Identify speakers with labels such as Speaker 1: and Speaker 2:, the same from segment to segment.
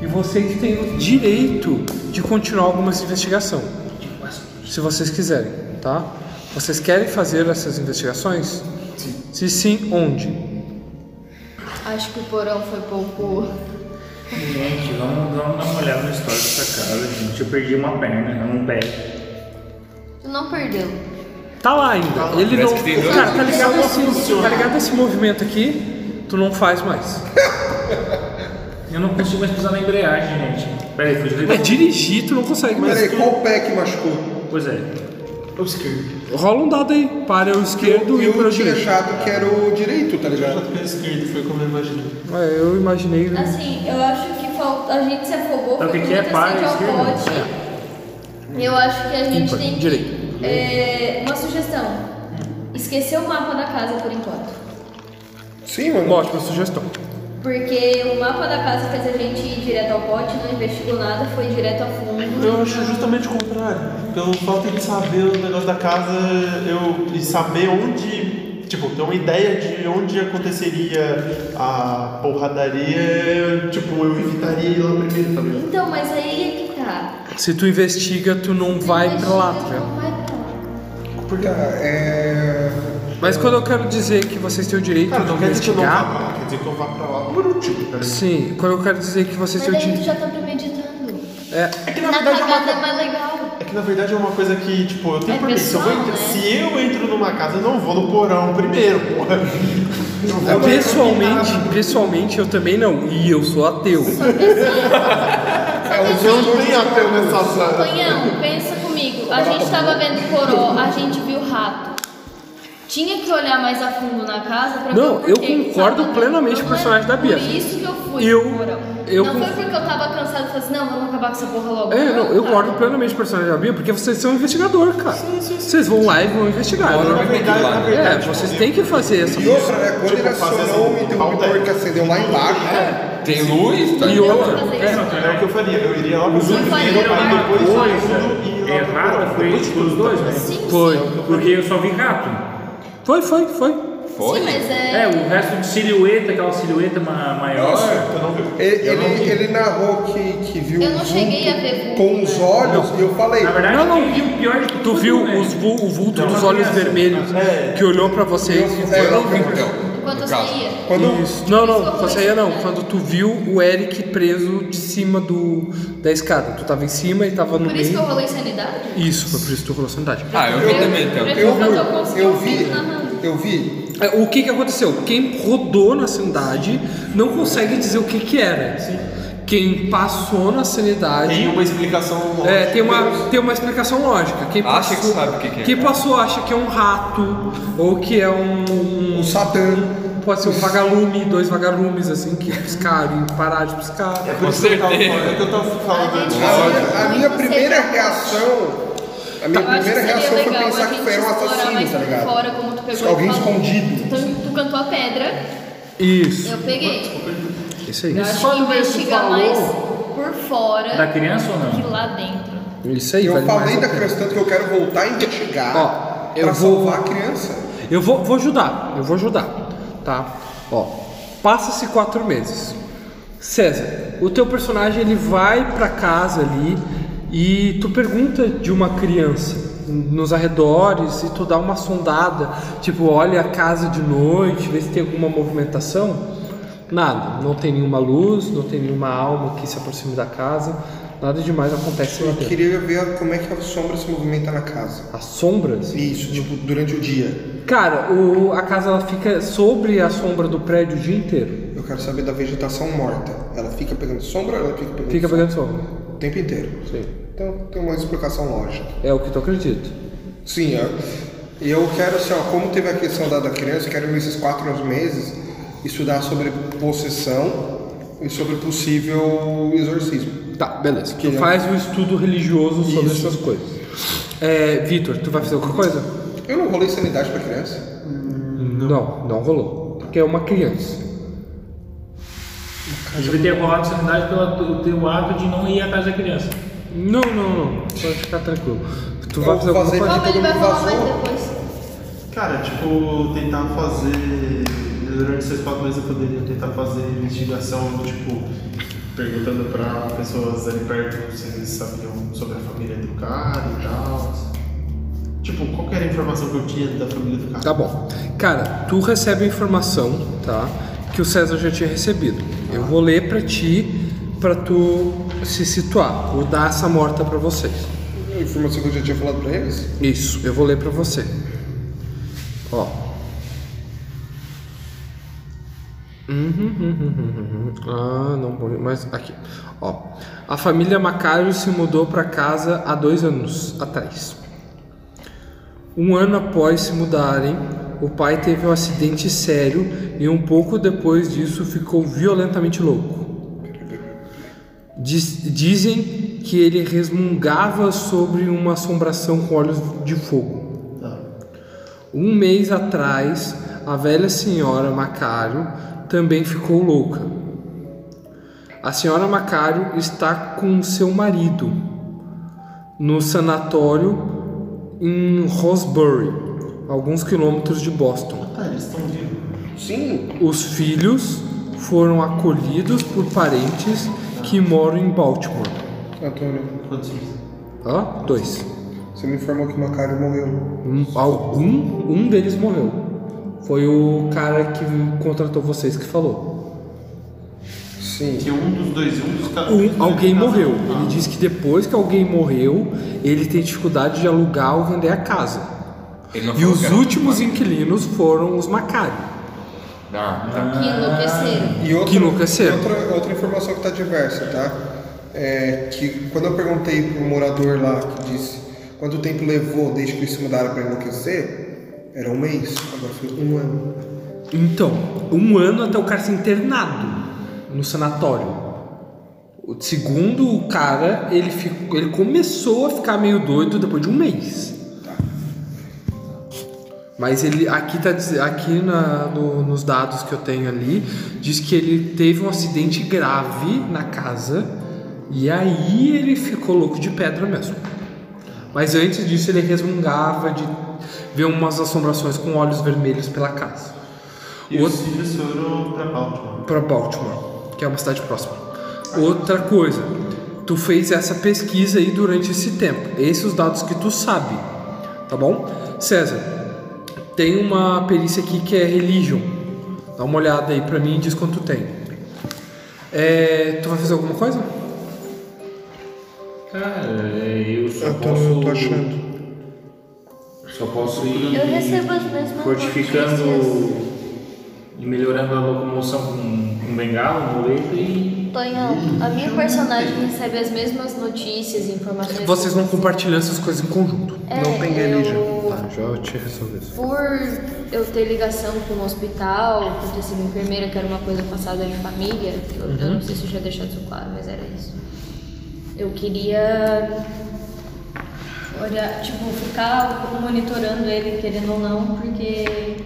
Speaker 1: E vocês têm o direito de continuar alguma investigação, se vocês quiserem, tá? Vocês querem fazer essas investigações? Sim. Se sim, onde?
Speaker 2: Acho que o porão foi pouco.
Speaker 3: Gente, vamos, vamos dar uma olhada no histórico dessa casa, gente. Eu perdi uma perna, um pé.
Speaker 2: Tu não perdeu.
Speaker 1: Tá lá ainda. Ele não.
Speaker 4: Parece que tem dois.
Speaker 1: Cara, tá ligado, esse, tá ligado esse movimento aqui? Tu não faz mais.
Speaker 3: Eu não consigo mais pisar na embreagem, gente. Peraí, fui
Speaker 1: É
Speaker 3: direito.
Speaker 1: dirigir, tu não consegue mais.
Speaker 5: Peraí, qual o pé que machucou?
Speaker 3: Pois é.
Speaker 4: O esquerdo.
Speaker 1: Rola um dado aí. Para o esquerdo e
Speaker 5: eu
Speaker 1: para o
Speaker 5: tinha
Speaker 1: direito.
Speaker 5: achado que era o direito, tá ligado?
Speaker 4: O esquerdo foi como eu imaginei.
Speaker 1: É, eu imaginei.
Speaker 2: Assim, eu acho que falta. A gente se afogou,
Speaker 3: Então,
Speaker 2: foi
Speaker 3: o que que é?
Speaker 2: muito
Speaker 3: Para,
Speaker 2: sede ao
Speaker 3: esquerda?
Speaker 2: pote. Eu acho que a gente
Speaker 1: Ímpar,
Speaker 2: tem
Speaker 1: direito.
Speaker 2: que. É, uma sugestão. Esquecer o mapa da casa por enquanto.
Speaker 5: Sim, mano.
Speaker 1: Ótima sugestão.
Speaker 2: Porque o mapa da casa fez a gente ir direto ao pote, não investigou nada, foi direto a fundo.
Speaker 4: Eu acho justamente o contrário. Pelo fato de saber o negócio da casa eu, e saber onde. Tipo, ter uma ideia de onde aconteceria a porradaria, tipo, eu evitaria ir lá primeiro, tá ligado?
Speaker 2: Então, mas aí é que tá.
Speaker 1: Se tu investiga, tu não vai pra lá, tá ligado?
Speaker 2: Não vai pra lá.
Speaker 5: Porque Tá, é.
Speaker 1: Mas quando eu quero dizer que vocês têm o direito
Speaker 4: Cara,
Speaker 1: de
Speaker 4: não Ah, quer dizer que eu não vá
Speaker 1: investigar.
Speaker 4: pra lá, quer dizer que eu vá pra lá por último, tá ligado?
Speaker 1: Sim, quando eu quero dizer que vocês
Speaker 2: Mas
Speaker 1: têm o
Speaker 2: aí tu
Speaker 1: direito.
Speaker 2: já tá premeditando.
Speaker 1: É,
Speaker 4: É que na
Speaker 2: Na
Speaker 4: verdade é uma
Speaker 2: cagada é mais legal.
Speaker 4: É que na verdade é uma coisa que, tipo, eu tenho
Speaker 2: É
Speaker 4: permissão.
Speaker 2: pessoal,
Speaker 4: eu entro-
Speaker 2: né?
Speaker 4: Se eu entro numa casa, eu não vou no porão primeiro, porra. Eu vou lá.
Speaker 1: É pessoalmente, pessoalmente eu também não. E eu sou ateu.
Speaker 2: assim?
Speaker 4: Eu não tenho apelo nessa sala.
Speaker 2: Tonhão, pensa comigo. A gente tava vendo Coró, a gente viu rato. Tinha que olhar mais a fundo na casa pra
Speaker 1: Não,
Speaker 2: ver o
Speaker 1: eu
Speaker 2: porquê que
Speaker 1: concordo
Speaker 2: tava dando
Speaker 1: plenamente com o
Speaker 2: problema.
Speaker 1: personagem da Bia.
Speaker 2: é Por isso que eu fui
Speaker 1: Eu-
Speaker 2: pro Coró.
Speaker 1: eu
Speaker 2: não foi
Speaker 1: con-
Speaker 2: porque eu tava cansado e falei assim, não, vamos acabar com essa porra logo.
Speaker 1: É, não, eu
Speaker 2: cara.
Speaker 1: guardo plenamente o personagem da Bia porque vocês são um investigador, cara. Vocês vão lá e vão investigar.
Speaker 4: Na verdade, na
Speaker 1: É,
Speaker 4: verdade.
Speaker 1: vocês têm que fazer essa.
Speaker 5: E outra, né? Quando
Speaker 4: Tipo,
Speaker 5: ele
Speaker 4: fazer
Speaker 5: acionou
Speaker 4: assim,
Speaker 5: o interruptor
Speaker 4: pauta.
Speaker 5: que acendeu lá embaixo,
Speaker 1: É.
Speaker 4: Tem luz, tá?
Speaker 1: E outra.
Speaker 2: fazer
Speaker 1: é,
Speaker 2: isso.
Speaker 4: É o que eu faria. Eu iria lá pro
Speaker 3: Os
Speaker 4: primeiro,
Speaker 2: únicos
Speaker 4: aí
Speaker 2: que não
Speaker 4: depois
Speaker 2: marcam
Speaker 4: eu
Speaker 2: coisa
Speaker 4: tudo e lá pro
Speaker 3: Errada
Speaker 4: porão.
Speaker 3: foi os dois, né?
Speaker 2: Sim,
Speaker 1: Foi.
Speaker 2: sim.
Speaker 3: Porque eu só vi rato.
Speaker 1: Foi, foi, foi.
Speaker 2: Sim, mas é...
Speaker 3: É, o resto de silhueta, aquela silhueta ma- maior.
Speaker 4: Eu não vi.
Speaker 5: ele, ele, ele narrou que, que viu
Speaker 2: Eu não
Speaker 5: vulto
Speaker 2: cheguei a ver vulto,
Speaker 5: com os
Speaker 2: né?
Speaker 5: olhos e eu falei.
Speaker 3: Na verdade,
Speaker 1: Não, não.
Speaker 3: eu vi o pior de tudo.
Speaker 1: Tu viu
Speaker 3: né?
Speaker 1: os vu- o vulto
Speaker 3: Não,
Speaker 1: dos
Speaker 3: não
Speaker 1: olhos
Speaker 3: conhece.
Speaker 1: vermelhos
Speaker 4: É.
Speaker 1: que olhou pra vocês e foi
Speaker 5: é,
Speaker 1: lá?
Speaker 5: eu vi, então.
Speaker 2: Enquanto eu
Speaker 4: caso.
Speaker 2: saía.
Speaker 5: Quando
Speaker 1: Isso. Não, não,
Speaker 2: Isso
Speaker 1: você
Speaker 2: foi
Speaker 1: ia não.
Speaker 2: verdade.
Speaker 1: Quando tu viu o Eric preso de cima do da escada. Tu tava em cima e tava no
Speaker 2: Por isso que eu
Speaker 1: meio.
Speaker 2: rolei sanidade.
Speaker 1: Isso, foi por isso que tu rolou sanidade.
Speaker 6: Ah, eu vi também, então.
Speaker 2: prefiro
Speaker 5: eu
Speaker 2: fazer o
Speaker 5: vi,
Speaker 2: conseguir
Speaker 5: eu
Speaker 2: um
Speaker 5: vi,
Speaker 2: vídeo narrando.
Speaker 5: eu vi.
Speaker 1: É, O que que aconteceu? Quem rodou na sanidade não consegue dizer o que que era. Quem passou na sanidade
Speaker 4: Tem uma explicação lógica.
Speaker 1: é, tem, uma, tem uma explicação lógica. Quem
Speaker 6: Acha que
Speaker 1: passou,
Speaker 6: sabe o que que é.
Speaker 1: Quem passou acha que é um rato ou que é um.
Speaker 4: Hum.
Speaker 5: O Satã.
Speaker 1: Pode ser um vagalume, dois vagalumes assim que piscaram e pararam de piscar.
Speaker 4: É por isso que eu tava falando. É que eu tava falando
Speaker 2: A
Speaker 4: antes.
Speaker 2: gente-
Speaker 5: A, a minha
Speaker 2: Muito
Speaker 5: primeira
Speaker 2: certo.
Speaker 5: reação. A minha
Speaker 2: Eu acho que
Speaker 5: primeira
Speaker 2: seria
Speaker 5: reação foi
Speaker 2: legal a
Speaker 5: pensar que
Speaker 2: gente
Speaker 5: foi um
Speaker 2: explorar mais
Speaker 5: assassino, tá
Speaker 2: por
Speaker 5: ligado?
Speaker 2: Fora, como tu pegou
Speaker 5: Alguém
Speaker 2: e falou.
Speaker 5: escondido.
Speaker 2: Tu, tu cantou a pedra,
Speaker 1: Isso,
Speaker 2: eu peguei.
Speaker 1: isso aí.
Speaker 2: Eu acho que investigar mais por fora
Speaker 3: Da criança ou
Speaker 2: que
Speaker 3: não?
Speaker 2: lá dentro.
Speaker 1: Isso aí,
Speaker 5: Eu
Speaker 1: vale mais
Speaker 5: falei
Speaker 1: a
Speaker 5: da
Speaker 1: pena.
Speaker 5: criança tanto que eu quero voltar a investigar
Speaker 1: é Ó, eu
Speaker 5: pra
Speaker 1: vou-
Speaker 5: salvar a criança.
Speaker 1: Eu vou, vou ajudar, eu vou ajudar, tá? Ó, passa-se quatro meses. César, o teu personagem ele vai pra casa ali e tu pergunta de uma criança nos arredores e tu dá uma sondada, tipo, olha a casa de noite, vê se tem alguma movimentação. Nada, não tem nenhuma luz, não tem nenhuma alma que se aproxime da casa, nada demais acontece lá
Speaker 5: Eu
Speaker 1: dentro.
Speaker 5: queria ver como é que a sombra se movimenta na casa.
Speaker 1: As sombras
Speaker 5: Isso, tipo, durante o dia.
Speaker 1: Cara, o- a casa ela fica sobre a sombra do prédio o dia inteiro.
Speaker 5: Eu quero saber da vegetação morta. Ela fica pegando sombra ou ela fica pegando
Speaker 1: Fica
Speaker 5: sombra?
Speaker 1: pegando sombra.
Speaker 5: O tempo inteiro.
Speaker 1: Sim.
Speaker 5: Então tem uma explicação lógica.
Speaker 1: É o que tu acredito.
Speaker 5: Sim, eu, e eu quero, assim, ó, como teve a questão da, da criança, eu quero nesses quatro meses estudar sobre possessão, e sobre o possível exorcismo.
Speaker 1: Tá, beleza.
Speaker 5: Que
Speaker 1: tu
Speaker 5: é-
Speaker 1: faz um estudo religioso sobre
Speaker 5: Isso.
Speaker 1: essas coisas. É, Vitor, tu vai fazer alguma coisa?
Speaker 5: Eu não rolei sanidade pra criança.
Speaker 1: Não. não, rolou. Porque é uma criança.
Speaker 3: Eu devia ter rolado sanidade pelo ato- pelo ato de não ir atrás da criança.
Speaker 1: Não, não, não. Pode ficar tranquilo. Tu
Speaker 5: Eu
Speaker 1: vai fazer
Speaker 5: vou
Speaker 1: alguma
Speaker 5: fazer-
Speaker 1: coisa?
Speaker 2: Como ele vai falar mais
Speaker 5: Vazou.
Speaker 2: depois?
Speaker 4: Cara, tipo, tentar fazer. Durante esses quatro meses eu poderia tentar fazer investigação, tipo, perguntando pra pessoas ali perto se eles sabiam sobre a família do cara e tal. Tipo, qualquer informação que eu tinha da família do cara.
Speaker 1: Tá bom. Cara, tu recebe a informação, tá? Que o César já tinha recebido. Eu vou ler pra ti, pra tu se situar. Vou dar essa morta pra vocês.
Speaker 5: A informação que eu já tinha falado pra eles.
Speaker 1: Isso, eu vou ler pra você. Ó. Uhum, uhum, uhum, uhum. Ah, não vou ler mais. Aqui. Ó. A família Macario se mudou pra casa há dois anos atrás. Um ano após se mudarem, o pai teve um acidente sério e um pouco depois disso ficou violentamente louco. Diz- dizem que ele resmungava sobre uma assombração com olhos de fogo. Um mês atrás, a velha senhora Macário também ficou louca. A senhora Macário está com seu marido no sanatório em Rosebury, alguns quilômetros de Boston.
Speaker 4: Ah, eles estão vivos.
Speaker 5: Sim.
Speaker 1: Os filhos foram acolhidos por parentes que moram em Baltimore.
Speaker 5: Antônio,
Speaker 4: Quantos eles?
Speaker 1: Hã? Dois.
Speaker 5: você me informou que Macário morreu.
Speaker 1: Um, algum, um deles morreu. Foi o cara que contratou vocês que falou.
Speaker 5: Sim.
Speaker 4: Que um dos dois, um dos caras.
Speaker 1: Um, alguém morreu. Ele disse que depois que alguém morreu, ele tem dificuldade de alugar ou vender a casa.
Speaker 6: Ele não
Speaker 1: E
Speaker 6: falou
Speaker 1: os
Speaker 6: que era-
Speaker 1: últimos inquilinos foram os Macari.
Speaker 6: Ah, tá.
Speaker 2: Que enlouqueceram.
Speaker 5: E outra,
Speaker 1: Que enlouqueceram.
Speaker 5: outra, outra informação que tá diversa, tá? É que quando eu perguntei pro morador lá que disse quanto tempo levou desde que eles se mudaram pra enlouquecer, era um mês, agora foi um ano.
Speaker 1: Então, um ano até o cara ser internado no sanatório. O- Segundo o cara, ele, ficou, ele começou a ficar meio doido depois de um mês. Mas ele aqui tá diz- aqui na- no- nos dados que eu tenho ali diz que ele teve um acidente grave na casa e aí ele ficou louco de pedra mesmo. Mas antes disso ele resmungava de ver umas assombrações com olhos vermelhos pela casa.
Speaker 4: E
Speaker 1: Outro-
Speaker 4: os filhos foram pra Baltimore.
Speaker 1: para Baltimore, que é uma cidade próxima. Outra coisa, tu fez essa pesquisa aí durante esse tempo. Esses os dados que tu sabe, tá bom? César, tem uma perícia aqui que é religion. Dá uma olhada aí pra mim e diz quanto tem. É, tu vai fazer alguma coisa?
Speaker 3: Cara, é, eu só
Speaker 5: Eu tô-
Speaker 3: posso...
Speaker 5: tô achando.
Speaker 3: Só posso ir...
Speaker 2: Eu recebo as mesmas notícias.
Speaker 3: Fortificando e melhorando a locomoção com, com bengala, muleta e...
Speaker 2: Tonhão, a minha personagem recebe as mesmas notícias e informações.
Speaker 1: Vocês vão compartilhar essas coisas em conjunto.
Speaker 2: É,
Speaker 5: não tem religion.
Speaker 2: eu-
Speaker 1: Tá, já te resolvi isso.
Speaker 2: Por eu ter ligação com o hospital, por ter sido enfermeira, que era uma coisa passada de família, eu, eu
Speaker 1: Uhum.
Speaker 2: não sei se eu já deixei isso claro, mas era isso. Eu queria olhar, tipo, ficar monitorando ele, querendo ou não, porque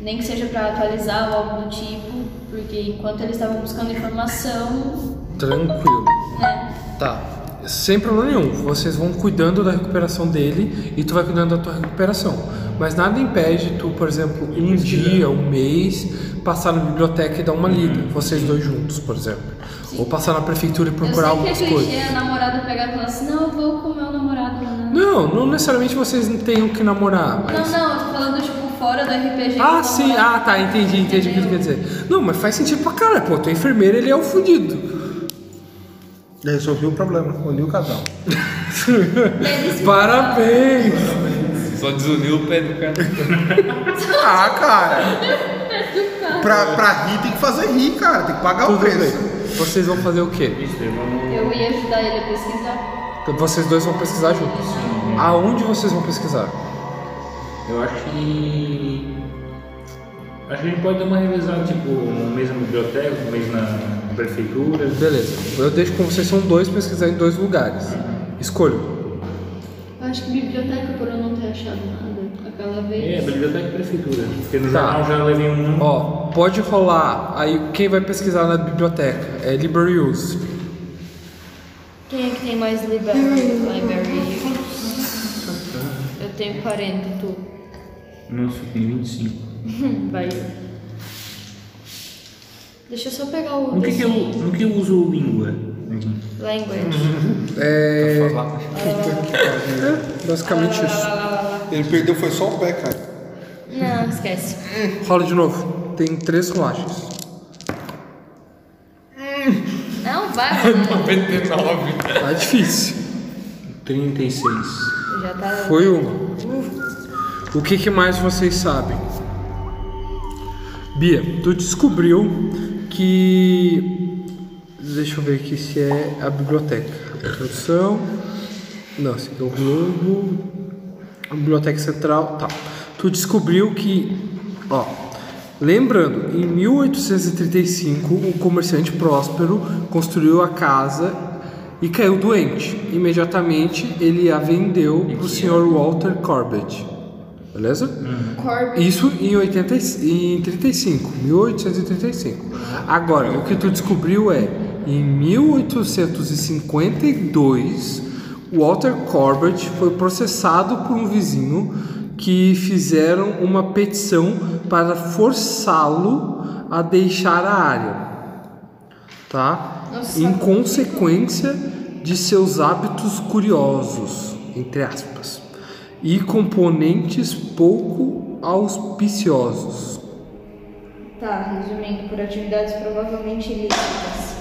Speaker 2: nem que seja pra atualizar ou algo do tipo, porque enquanto eles estavam buscando informação,
Speaker 1: Tranquilo.
Speaker 2: né?
Speaker 1: Tá. Sem problema nenhum. Vocês vão cuidando da recuperação dele e tu vai cuidando da tua recuperação. Mas nada impede tu, por exemplo, um dia, um mês, passar na biblioteca e dar uma lida, vocês dois juntos, por exemplo. Ou passar na prefeitura e procurar
Speaker 2: eu sei
Speaker 1: algumas
Speaker 2: que é clichê
Speaker 1: coisas.
Speaker 2: a namorada pegar e falar assim, não, eu vou com o meu namorado lá. na-"
Speaker 1: Não, não necessariamente vocês não tenham que namorar,
Speaker 2: Não,
Speaker 1: mas.
Speaker 2: não, eu tô falando, tipo, fora do RPG.
Speaker 1: Ah,
Speaker 2: do
Speaker 1: sim,
Speaker 2: namorado.
Speaker 1: ah, tá, entendi, entendi o que tu quer dizer. Não, mas faz sentido pra caralho, pô, tu é enfermeiro, ele é o fudido.
Speaker 5: Resolvi o problema, uniu o casal.
Speaker 2: Eles
Speaker 1: Parabéns!
Speaker 6: Só desuniu o pé do cara.
Speaker 5: Ah, cara! pra, pra rir tem que fazer rir, cara, tem que pagar o
Speaker 1: Tudo
Speaker 5: preço.
Speaker 1: bem. Vocês vão fazer o quê?
Speaker 3: Isso, aí, vamos...
Speaker 2: Eu ia ajudar ele a pesquisar.
Speaker 1: Então vocês dois vão pesquisar juntos. Aonde vocês vão pesquisar?
Speaker 3: Eu acho que... Acho que a gente pode dar uma revisada, tipo, um mês na biblioteca, um mês na... na prefeitura.
Speaker 1: Beleza. Eu deixo com vocês, são dois pesquisar em dois lugares. Escolha.
Speaker 2: Eu acho que biblioteca por eu não ter achado nada aquela
Speaker 3: É,
Speaker 2: vez.
Speaker 3: biblioteca e prefeitura. Porque no
Speaker 1: Tá.
Speaker 3: jornal já levei um.
Speaker 1: Ó, pode rolar. Aí quem vai pesquisar na biblioteca é library use.
Speaker 2: Quem é que tem mais libra- library use? Eu tenho 40, tu.
Speaker 3: Nossa, tem 25.
Speaker 2: Vai. Deixa eu só pegar o.
Speaker 3: No que, que eu,
Speaker 2: desse-
Speaker 3: no que eu uso língua?
Speaker 1: Uhum.
Speaker 2: Language.
Speaker 1: É,
Speaker 5: Puta que pariu.
Speaker 1: basicamente isso.
Speaker 2: Lá, lá, lá, lá, lá.
Speaker 5: Ele perdeu, foi só o pé, cara.
Speaker 2: Não, esquece.
Speaker 1: Rola de novo. Tem três rolagens.
Speaker 2: Não, vai. vai.
Speaker 6: 99.
Speaker 1: Tá difícil.
Speaker 3: 36.
Speaker 2: Já tá.
Speaker 1: Foi uma. O que, que mais vocês sabem? Bia, tu descobriu que. Deixa eu ver aqui se é a biblioteca. Tradução. Não, esse aqui é o Globo. A biblioteca Central. Tá. Tu descobriu que. Ó. Lembrando, em 1835, um comerciante próspero construiu a casa e caiu doente. Imediatamente ele a vendeu para o senhor Walter Corbett. Beleza?
Speaker 2: Corb.
Speaker 1: Isso em, 80, e- em 35, 1835. Agora, o que tu descobriu é, em 1852, Walter Corbett foi processado por um vizinho que fizeram uma petição para forçá-lo a deixar a área tá?
Speaker 2: Nossa.
Speaker 1: Em consequência de seus hábitos curiosos, entre aspas, e componentes pouco auspiciosos.
Speaker 2: Tá, resumindo, por atividades provavelmente ilícitas.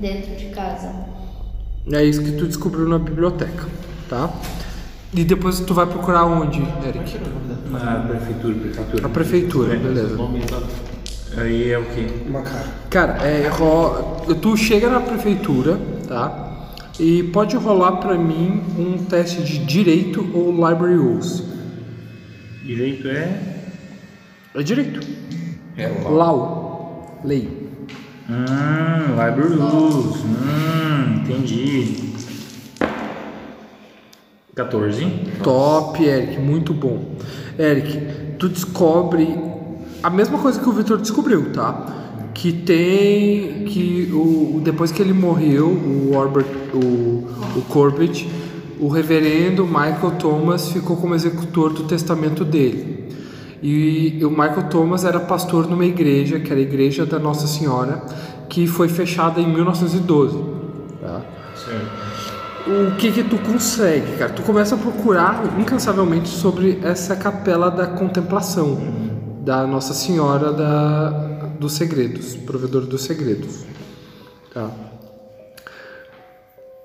Speaker 2: Dentro de casa.
Speaker 1: É isso que tu descobriu na biblioteca, tá? E depois tu vai procurar onde, Eric?
Speaker 3: Na prefeitura, prefeitura. É.
Speaker 1: Na prefeitura, beleza.
Speaker 3: Aí é o quê?
Speaker 5: Uma cara.
Speaker 1: Cara, é, ro... tu chega na prefeitura, tá? E pode rolar pra mim um teste de direito ou library rules.
Speaker 3: Direito é.
Speaker 1: É direito.
Speaker 6: É lá.
Speaker 1: Lau. Lei.
Speaker 3: Hum, library rules. Hum, entendi. 14.
Speaker 1: Top, Eric, muito bom. Eric, tu descobre a mesma coisa que o Vitor descobriu, tá? Que tem que o o- depois que ele morreu, o Orbert, o, o Corbett, o reverendo Michael Thomas ficou como executor do testamento dele. E o Michael Thomas era pastor numa igreja, que era a igreja da Nossa Senhora, que foi fechada em 1912, tá?
Speaker 3: Certo.
Speaker 1: o que que tu consegue, cara? Tu começa a procurar incansavelmente sobre essa capela da contemplação da Nossa Senhora da, dos Segredos, provedor dos segredos. Tá?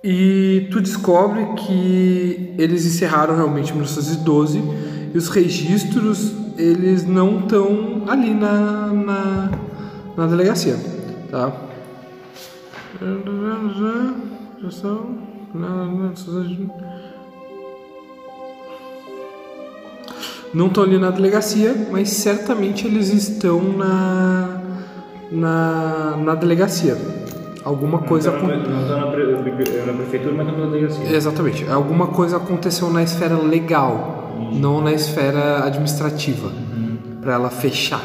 Speaker 1: E tu descobre que eles encerraram realmente em 1912 e os registros eles não estão ali na, na, na delegacia, tá? Não estão ali na delegacia, mas certamente eles estão na na, na delegacia. Alguma coisa É.
Speaker 3: Não tá
Speaker 1: acon-
Speaker 3: na, não tá na pre- na prefeitura, mas tá na delegacia.
Speaker 1: Exatamente. Alguma coisa aconteceu na esfera legal, não na esfera administrativa, Pra ela fechar.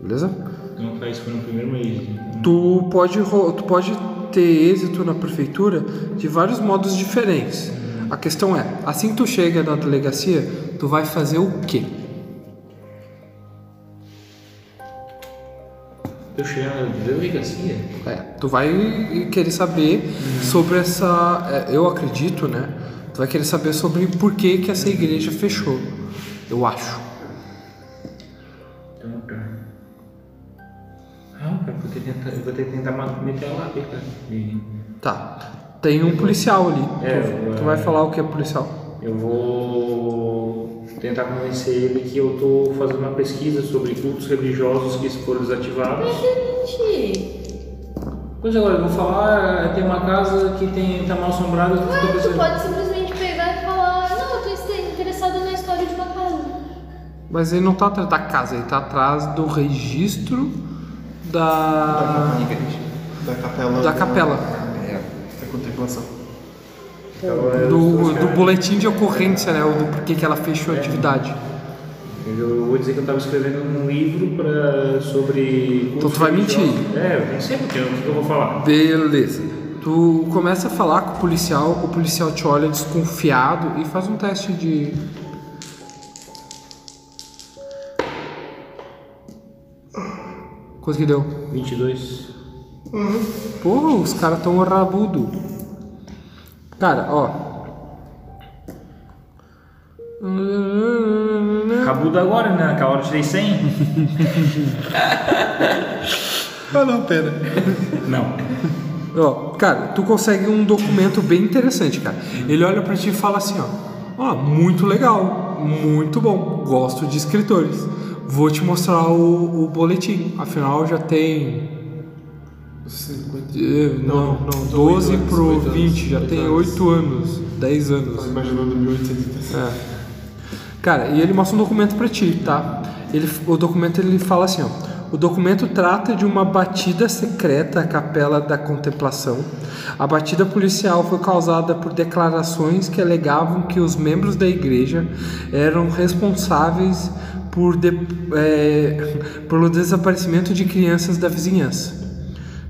Speaker 1: Beleza?
Speaker 3: Então tá, isso foi no primeiro mês. né?
Speaker 1: Tu pode, ro- tu pode ter êxito na prefeitura de vários modos diferentes. A questão é, assim que tu chega na delegacia, tu vai fazer o quê?
Speaker 6: Eu cheguei na delegacia.
Speaker 1: É, tu vai querer saber sobre essa. é, Eu acredito, né? Tu vai querer saber sobre por que, que essa igreja fechou. Eu acho.
Speaker 3: Então tá. Ah, cara, vou ter que tentar, eu vou ter que tentar ma- meter a lápis, cara. E
Speaker 1: Tá. Tem um policial ali.
Speaker 3: É,
Speaker 1: tu, tu
Speaker 3: é.
Speaker 1: vai falar o que é policial?
Speaker 3: Eu vou tentar convencer ele que eu tô fazendo uma pesquisa sobre cultos religiosos que foram desativados.
Speaker 2: é Gente,
Speaker 3: Pois agora, eu vou falar, tem uma casa que tem, tá mal assombrada, eu tô
Speaker 2: mas tu
Speaker 3: pensando...
Speaker 2: pode simplesmente pegar e falar: Não, eu tô interessado na história de uma casa.
Speaker 1: Mas ele não tá atrás da casa, ele tá atrás do registro da.
Speaker 4: Da capela.
Speaker 1: da capela.
Speaker 4: Da contemplação.
Speaker 3: Então, é os
Speaker 1: Do,
Speaker 3: dois
Speaker 1: do
Speaker 3: caras.
Speaker 1: boletim de ocorrência, né? O do porquê que ela fechou
Speaker 3: É.
Speaker 1: a atividade.
Speaker 3: Eu vou dizer que eu estava escrevendo um livro pra, sobre.
Speaker 1: Então tu vai mentir.
Speaker 3: É, eu tenho sempre tenho o que eu vou falar.
Speaker 1: Beleza. Tu começa a falar com o policial, o policial te olha desconfiado e faz um teste de. Quanto que deu?
Speaker 3: 22.
Speaker 1: Porra, os caras tão rabudo. Cara, ó.
Speaker 3: Rabudo agora, né? Naquela hora eu tirei 100.
Speaker 4: Ah, não, pera.
Speaker 3: Não.
Speaker 1: Ó, cara, tu consegue um documento bem interessante, cara. Ele olha pra ti e fala assim, ó. Ó, muito legal, muito bom. Gosto de escritores. Vou te mostrar o, o boletim. Afinal, já tem. eh, Não, não, 12
Speaker 7: oito anos,
Speaker 1: pro
Speaker 7: oito anos,
Speaker 1: 20, já
Speaker 7: oito
Speaker 1: tem
Speaker 7: anos.
Speaker 1: 8 anos, 10 anos.
Speaker 4: Imaginando 1837.
Speaker 1: É. Cara, e ele mostra um documento pra ti, tá? Ele, o documento ele fala assim, ó. O documento trata de uma batida secreta à Capela da Contemplação. A batida policial foi causada por declarações que alegavam que os membros da igreja eram responsáveis por de- é, pelo desaparecimento de crianças da vizinhança.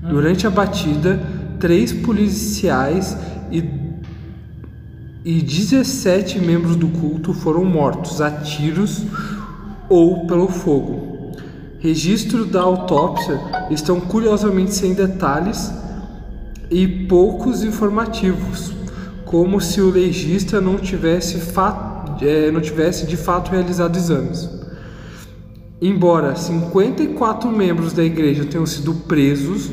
Speaker 1: Durante a batida, três policiais e e 17 membros do culto foram mortos a tiros ou pelo fogo. Registro da autópsia estão curiosamente sem detalhes e poucos informativos, como se o legista não tivesse, fa- eh, não tivesse de fato realizado exames. Embora 54 membros da igreja tenham sido presos,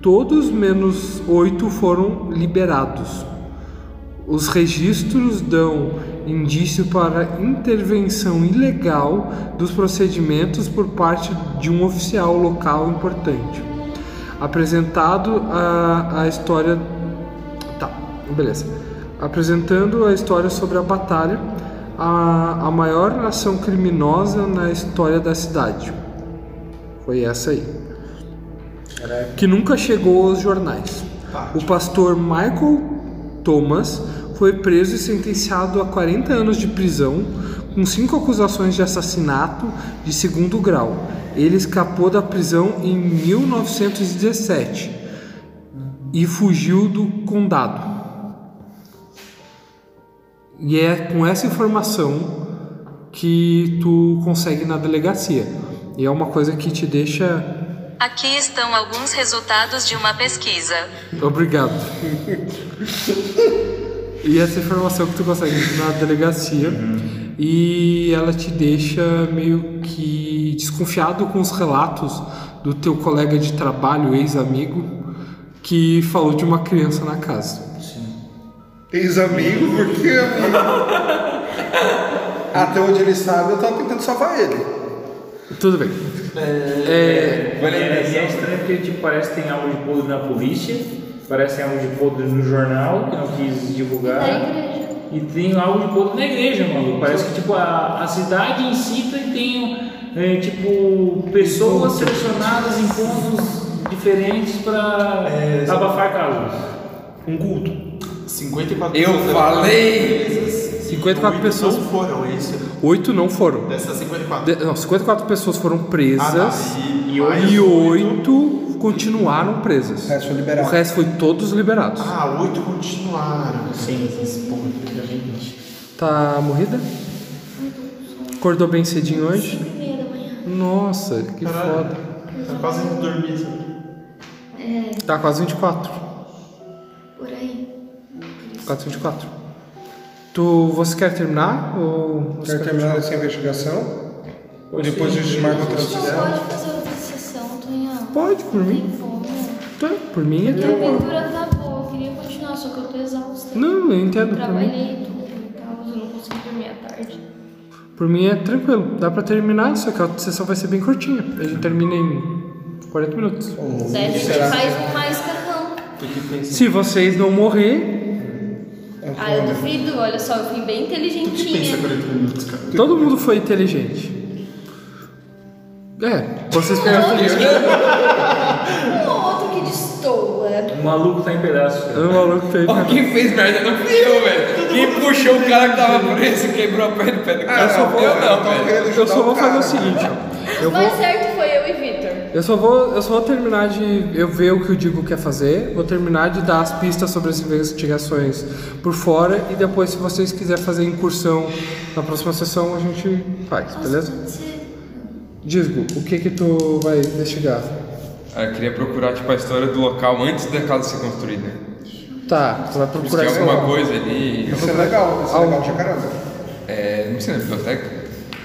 Speaker 1: todos menos oito foram liberados. Os registros dão indício para intervenção ilegal dos procedimentos por parte de um oficial local importante. Apresentado a, a história. Tá, beleza. Apresentando a história sobre a batalha, a, a maior ação criminosa na história da cidade. Foi essa aí. Que nunca chegou aos jornais. O pastor Michael Thomas foi preso e sentenciado a 40 anos de prisão, com cinco acusações de assassinato de segundo grau. Ele escapou da prisão em 1917 e fugiu do condado. E é com essa informação que tu consegue na delegacia. E é uma coisa que te deixa.
Speaker 8: Aqui estão alguns resultados de uma pesquisa.
Speaker 1: Obrigado. e essa informação que tu consegue na delegacia.
Speaker 4: Uhum.
Speaker 1: E ela te deixa meio que desconfiado com os relatos do teu colega de trabalho, ex-amigo, que falou de uma criança na casa.
Speaker 5: Ex-amigo, por que amigo? Até onde ele sabe, eu tava tentando salvar ele.
Speaker 1: Tudo bem. É,
Speaker 3: E é, e é estranho porque tipo, parece que tem algo de podre na polícia, parece que tem algo de podre no jornal, que não quis divulgar.
Speaker 2: Na igreja.
Speaker 3: E tem algo de podre na igreja, mano. Parece que tipo, a, a cidade em si tem- tem é, tipo, pessoas selecionadas em pontos diferentes para abafar casos.
Speaker 4: Um culto. 54
Speaker 7: Eu
Speaker 4: pessoas.
Speaker 7: falei!
Speaker 1: 54
Speaker 4: Oito
Speaker 1: pessoas.
Speaker 4: Não foram, é isso.
Speaker 1: Oito não foram.
Speaker 4: Dessas 54.
Speaker 1: De- não, 54 pessoas foram
Speaker 4: Ah,
Speaker 1: presas
Speaker 4: tá. E, e mais
Speaker 1: e
Speaker 4: oito-
Speaker 1: oito continuaram presas.
Speaker 5: O resto foi
Speaker 1: O
Speaker 5: liberado.
Speaker 1: resto foi todos liberados.
Speaker 4: Ah, oito continuaram. Sim. é
Speaker 1: Tá morrida? Acordou bem cedinho hoje?
Speaker 2: E meia da manhã.
Speaker 1: Nossa, que foda.
Speaker 4: Tá quase indo dormir. sabe?
Speaker 2: É,
Speaker 1: Tá quase 24.
Speaker 2: por aí.
Speaker 1: Quase 24. Tu, você quer terminar ou... você
Speaker 5: Quero
Speaker 1: quer
Speaker 5: terminar
Speaker 1: continuar?
Speaker 5: essa investigação. Depois a gente marca outra
Speaker 2: Não
Speaker 5: decisão.
Speaker 2: pode fazer outra sessão, Tonhão. né?
Speaker 1: Pode, por mim.
Speaker 2: Tem fome.
Speaker 1: Tá, por mim é
Speaker 2: Minha
Speaker 1: tranquilo.
Speaker 2: aventura tá boa, eu queria continuar, só que eu tô exausta.
Speaker 1: Não, eu entendo. Por mim,
Speaker 2: Trabalhei tudo e tal, eu não consegui dormir à tarde.
Speaker 1: por mim é tranquilo. Dá pra terminar, só que a sessão vai ser bem curtinha. A gente termina em 40 minutos.
Speaker 5: Ou
Speaker 2: Daí a gente
Speaker 5: será que
Speaker 2: faz um mais carrão.
Speaker 1: Se vocês não morrer,
Speaker 5: é
Speaker 2: Ah, eu
Speaker 5: foda?
Speaker 2: duvido, olha só, eu fui bem
Speaker 4: Pensa
Speaker 2: inteligentinha.
Speaker 4: 40 minutos, cara.
Speaker 1: todo mundo foi inteligente. É, Vocês
Speaker 2: Um
Speaker 1: perguntam
Speaker 2: outro
Speaker 1: isso.
Speaker 2: que- um outro que destoa.
Speaker 3: O maluco tá em pedaços. cara.
Speaker 1: Eu não maluco feio.
Speaker 6: Ó, quem fez merda não fui eu, velho. Quem puxou o cara que tava preso e quebrou a perna do pé do cara.
Speaker 1: só vou-
Speaker 6: eu não,
Speaker 5: tô
Speaker 6: velho.
Speaker 5: querendo
Speaker 1: Eu
Speaker 5: ajudar
Speaker 1: só vou
Speaker 5: o cara.
Speaker 1: fazer o seguinte, ó. Eu vou,
Speaker 2: Mais certo foi eu e Victor.
Speaker 1: eu só vou, eu só vou terminar de eu ver o que o Digo quer fazer, vou terminar de dar as pistas sobre as investigações por fora e depois se vocês quiserem fazer incursão na próxima sessão a gente faz, beleza? Digo, o que que tu vai investigar?
Speaker 6: Ah, eu queria procurar, tipo, a história do local antes da casa ser construída.
Speaker 1: Tá, tu vai
Speaker 6: Se
Speaker 1: procurar
Speaker 6: tinha
Speaker 1: esse
Speaker 6: alguma
Speaker 1: local.
Speaker 6: coisa ali...
Speaker 5: Isso é legal, isso é legal pra caramba.
Speaker 6: É, não sei, na biblioteca?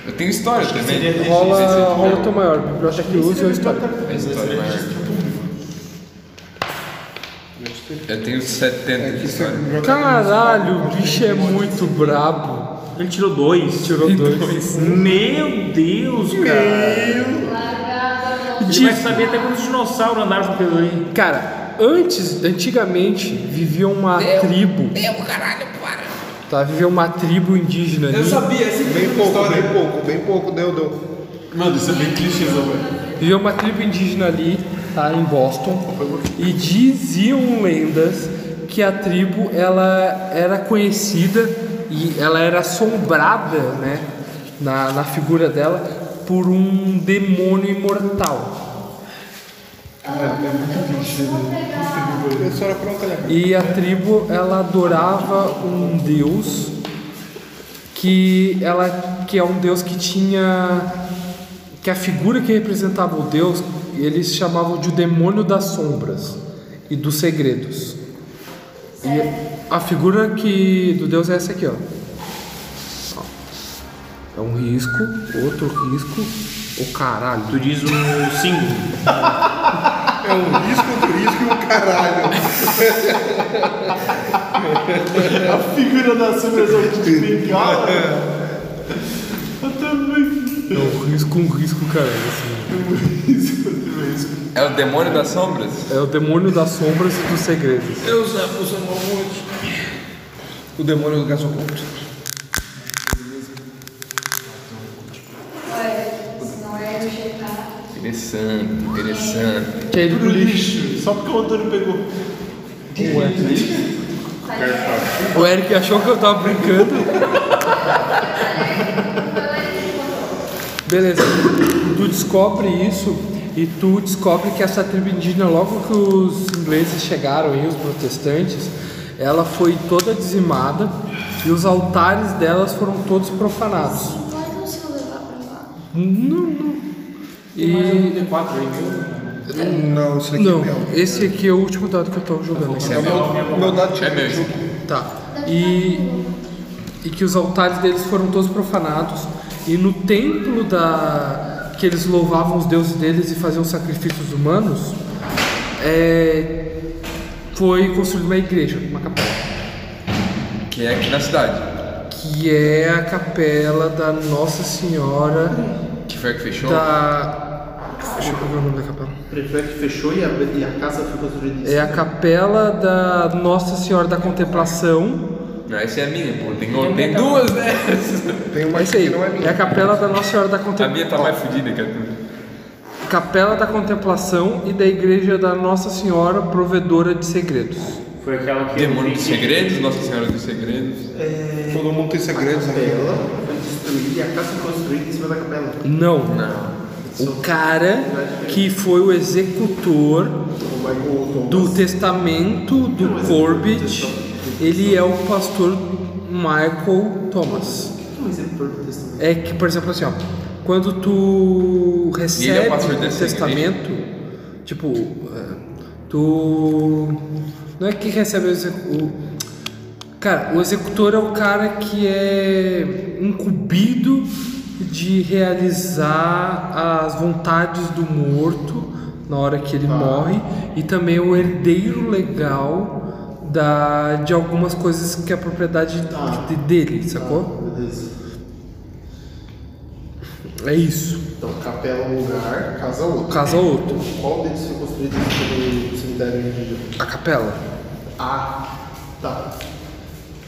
Speaker 6: Eu tenho história também.
Speaker 4: seria
Speaker 6: Tem
Speaker 1: Rola, rola o teu maior, biblioteca que usa ou história.
Speaker 6: história, mas... Eu tenho 70 de
Speaker 5: Isso é
Speaker 6: história.
Speaker 5: biblioteca.
Speaker 1: Caralho, o bicho é muito brabo.
Speaker 3: Ele tirou dois.
Speaker 1: Tirou dois.
Speaker 3: Meu Deus, cara. Ele vai saber até quantos dinossauros andaram pelo aí.
Speaker 1: Cara, antes, antigamente, vivia uma tribo. Meu caralho, para! Tá, vivia uma tribo indígena ali.
Speaker 5: Bem pouco, bem pouco, bem pouco deu, deu.
Speaker 4: Mano, isso é bem clichêzão, velho.
Speaker 1: Vivia uma tribo indígena ali, tá, em Boston. E diziam lendas que a tribo ela era conhecida e ela era assombrada, né, na, na figura dela, por um demônio imortal.
Speaker 5: Eu só era pronta, né?
Speaker 1: E a tribo ela adorava um deus que ela que é um deus que tinha que a figura que representava o deus eles chamavam de o demônio das sombras e dos segredos. E a figura que do deus é essa aqui, ó. Ó. É um risco, outro risco, o caralho.
Speaker 3: Tu diz o símbolo.
Speaker 5: É um risco, outro risco e um caralho.
Speaker 4: A figura da sobrevivência de bengala. Eu também.
Speaker 1: É um risco, um risco, caralho. assim.
Speaker 6: É o demônio das sombras?
Speaker 1: É o demônio das sombras e dos segredos.
Speaker 6: Deus é o muito.
Speaker 5: O demônio do
Speaker 1: é
Speaker 5: gasoculto.
Speaker 6: Interessante, interessante.
Speaker 1: Que é do lixo.
Speaker 4: Só porque o Antônio pegou.
Speaker 1: O Eric achou que eu tava brincando. Beleza, tu descobre isso e tu descobre que essa tribo indígena, logo que os ingleses chegaram e os protestantes, ela foi toda dizimada e os altares delas foram todos profanados.
Speaker 2: Vai é consigo levar pra lá.
Speaker 1: Não, não. E.
Speaker 5: Não, isso aqui
Speaker 1: Não,
Speaker 5: é meu.
Speaker 1: esse aqui é o último dado que eu tava jogando.
Speaker 5: É o meu, o meu dado de
Speaker 6: É mesmo.
Speaker 1: Tá. E, e que os altares deles foram todos profanados. E no templo da que eles louvavam os deuses deles e faziam sacrifícios humanos, é, foi construída uma igreja, uma capela,
Speaker 6: Que é aqui na cidade.
Speaker 1: que é a capela da Nossa Senhora
Speaker 6: Que foi a que fechou?
Speaker 1: Tá. da. Deixa eu ver o nome da capela.
Speaker 4: Prefere que fechou e a, e a casa ficou desobedecida.
Speaker 1: É a capela da Nossa Senhora da Contemplação.
Speaker 6: Não, essa é a minha, pô. Tem, tem duas, né?
Speaker 5: Tem uma
Speaker 1: É isso aí.
Speaker 5: que não é
Speaker 1: É
Speaker 5: minha.
Speaker 1: a capela da Nossa Senhora da
Speaker 6: A
Speaker 1: Contemplação.
Speaker 6: minha tá mais fodida que a tua.
Speaker 1: Capela da Contemplação e da Igreja da Nossa Senhora Provedora de Segredos.
Speaker 3: Foi aquela que.
Speaker 6: Demônio dos segredos, Nossa Senhora dos Segredos.
Speaker 5: Todo mundo tem segredos aqui.
Speaker 4: E a casa ficou construída em cima da capela.
Speaker 1: Não. O cara que foi o executor do testamento do Corbett, ele é o pastor Michael Thomas. É que, por exemplo, assim, ó, quando tu
Speaker 6: E ele
Speaker 1: recebe
Speaker 6: é pastor
Speaker 1: o
Speaker 6: dessa
Speaker 1: testamento, tipo, é, tu. Não é que recebe o. execu- o- Cara, o executor é o cara que é incumbido de realizar as vontades do morto na hora que ele morre e também o herdeiro legal da, de algumas coisas que é a propriedade de- dele, sacou?
Speaker 4: Beleza.
Speaker 1: É isso.
Speaker 4: Então, capela um lugar, casa outro.
Speaker 1: Casa outro.
Speaker 4: Qual deles foi construído em cima do cemitério indígena?
Speaker 1: A capela.
Speaker 4: Ah, tá.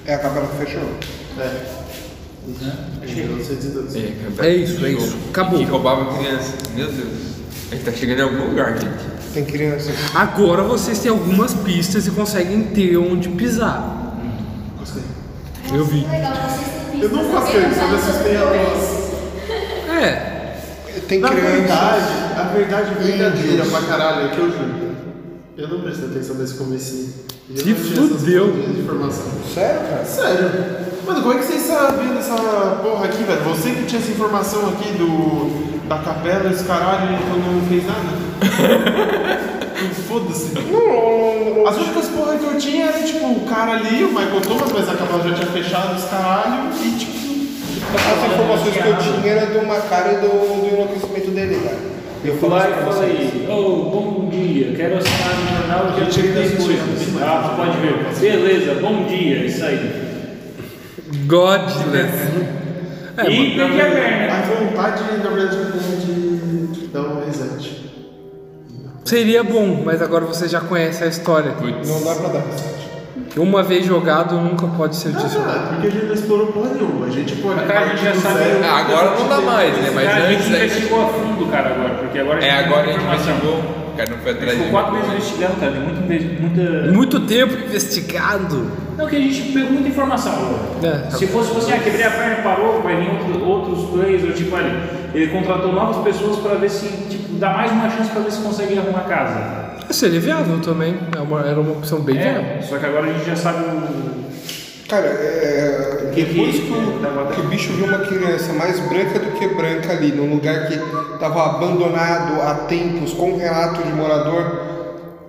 Speaker 5: É a capela que fechou.
Speaker 4: É. Em 1912.
Speaker 1: É isso, é isso. Acabou.
Speaker 6: Que roubava criança. Meu Deus. A gente tá chegando em algum lugar, gente.
Speaker 5: Tem criança.
Speaker 1: Agora vocês têm algumas pistas e conseguem ter onde pisar. Eu vi.
Speaker 2: Legal, vocês têm
Speaker 4: Eu não gostei,
Speaker 2: pistas,
Speaker 4: só me
Speaker 2: né?
Speaker 4: assustei
Speaker 2: Sobre
Speaker 4: agora.
Speaker 2: cores.
Speaker 1: É.
Speaker 5: Tem
Speaker 4: Na
Speaker 5: criança.
Speaker 4: verdade, a verdade verdadeira pra caralho é que eu juro. Eu não prestei atenção nesse comecinho. Eu
Speaker 1: Se
Speaker 4: não tinha essas
Speaker 1: fudeu.
Speaker 4: fontes de informação.
Speaker 5: Sério, cara?
Speaker 4: Sério. Mano, como é que vocês sabem dessa porra aqui, velho? Você que tinha essa informação aqui do. da capela, esse caralho, então não fez nada? Foda-se. As únicas porra que eu tinha era tipo o cara ali, o Michael Thomas, mas a capela já tinha fechado os caralho e tipo.
Speaker 5: As informações que eu tinha era do Macário e do, do enlouquecimento dele, cara. Eu
Speaker 3: Lá
Speaker 5: falei
Speaker 3: e fala aí, ô, bom dia, quero assinar no jornal o dia das coisas. Ah, pode ver. Beleza, bom dia, isso aí.
Speaker 1: Godless. É,
Speaker 3: e
Speaker 1: mano,
Speaker 3: perdi a perna.
Speaker 4: A vontade, na verdade, eu tenho de dar um reset.
Speaker 1: seria bom, mas agora vocês já conhecem a história.
Speaker 5: Não dá pra dar reset.
Speaker 1: Uma vez jogado nunca pode ser
Speaker 4: Ah,
Speaker 1: desjogado.
Speaker 4: tá, porque a gente não explorou porra nenhuma. A gente pode.
Speaker 3: Mas a gente já
Speaker 4: do
Speaker 3: sabe-
Speaker 4: zero, né?
Speaker 6: Ah, agora não dá mais, né? Mas
Speaker 3: Cara, a gente
Speaker 6: antes a gente.
Speaker 3: investigou a fundo, cara, agora, porque agora
Speaker 6: É,
Speaker 3: tem
Speaker 6: agora a
Speaker 3: muita
Speaker 6: gente
Speaker 3: informação.
Speaker 6: investigou. O cara não foi
Speaker 3: A gente
Speaker 6: atrás de
Speaker 3: ficou quatro meses investigando, cara, tem muita, muita...
Speaker 1: Muito tempo investigado.
Speaker 3: Não, que a gente pegou muita informação.
Speaker 1: É.
Speaker 3: Se fosse você, ah, quebrei a perna, parou, vai vir outro- outros plays, ou tipo, ali, ele contratou novas pessoas pra ver se, tipo, dá mais uma chance pra ver se consegue arrumar casa.
Speaker 1: Seria viável É também. é uma- era uma opção bem viável.
Speaker 3: É, só que agora a gente já sabe o...
Speaker 5: Cara, é.
Speaker 3: Que que-
Speaker 5: Depois que, o-
Speaker 3: tava-
Speaker 5: que o bicho viu uma criança mais branca do que branca ali, num lugar que tava abandonado há tempos, com relato de morador,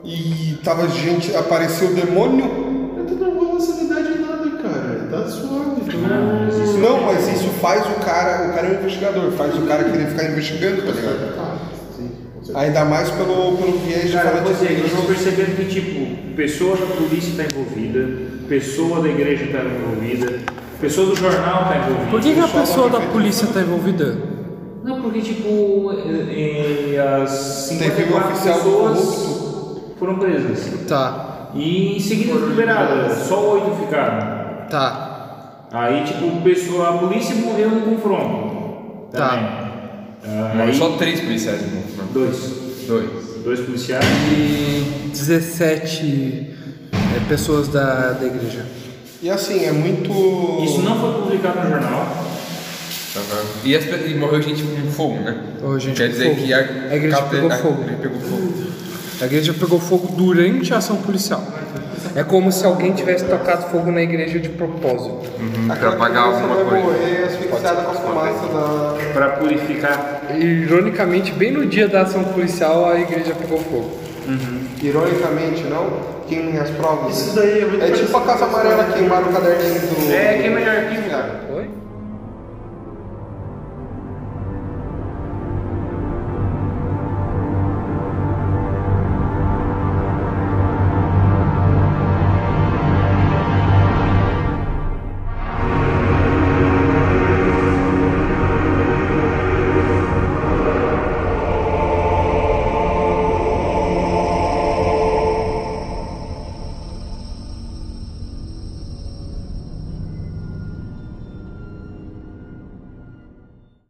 Speaker 5: e tava gente. apareceu o demônio.
Speaker 4: Eu tô dando velocidade em nada, cara. Tá suave. Tô...
Speaker 5: Não, mas isso faz o cara. O cara é um investigador, faz o cara querer ficar investigando, tá ligado?
Speaker 4: Tá, sim. com certeza.
Speaker 5: Ainda mais pelo, pelo viés de
Speaker 3: Cara,
Speaker 5: falar
Speaker 3: eu vou
Speaker 5: de
Speaker 3: dizer, eles vão
Speaker 5: criança.
Speaker 3: percebendo que, tipo, pessoa da polícia tá envolvida, pessoa da igreja tá envolvida, pessoa do jornal tá envolvida.
Speaker 1: Por que, que a pessoa da polícia tá envolvida?
Speaker 3: Não, porque tipo, eh, eh, as
Speaker 5: Teve um
Speaker 3: 54
Speaker 5: oficial
Speaker 3: pessoas foram presas.
Speaker 1: Tá,
Speaker 3: E em seguida liberadas, só oito ficaram.
Speaker 1: tá.
Speaker 3: Aí tipo, pessoa, a polícia morreu no confronto.
Speaker 1: Tá.
Speaker 3: Também. Ah,
Speaker 6: Mano,
Speaker 3: Aí,
Speaker 6: Só três policiais no confronto.
Speaker 3: dois.
Speaker 6: Dois.
Speaker 3: Dois policiais.
Speaker 1: E 17 é, pessoas da, da igreja.
Speaker 5: E assim, é muito.
Speaker 3: Isso não foi publicado no jornal.
Speaker 6: Aham. E, as pe- e morreu gente com fogo, né?
Speaker 1: Ou gente
Speaker 6: Quer
Speaker 1: com
Speaker 6: dizer
Speaker 1: fogo. É
Speaker 6: que a,
Speaker 1: A igreja pegou fogo.
Speaker 6: A igreja pegou fogo.
Speaker 1: A igreja pegou fogo durante a ação policial. É como se alguém tivesse tocado fogo na igreja de propósito.
Speaker 6: pra pagar alguma
Speaker 5: vai
Speaker 6: coisa.
Speaker 5: morrer asfixiada com a fumaça da.
Speaker 3: Pra purificar.
Speaker 1: Ironicamente, bem no dia da ação policial, a igreja pegou fogo.
Speaker 5: Ironicamente, não? Quem as provas?
Speaker 4: Isso daí é muito
Speaker 5: É tipo a Casa Amarela queimaram o caderninho do.
Speaker 3: É, queima de arquivo, cara.
Speaker 1: Oi?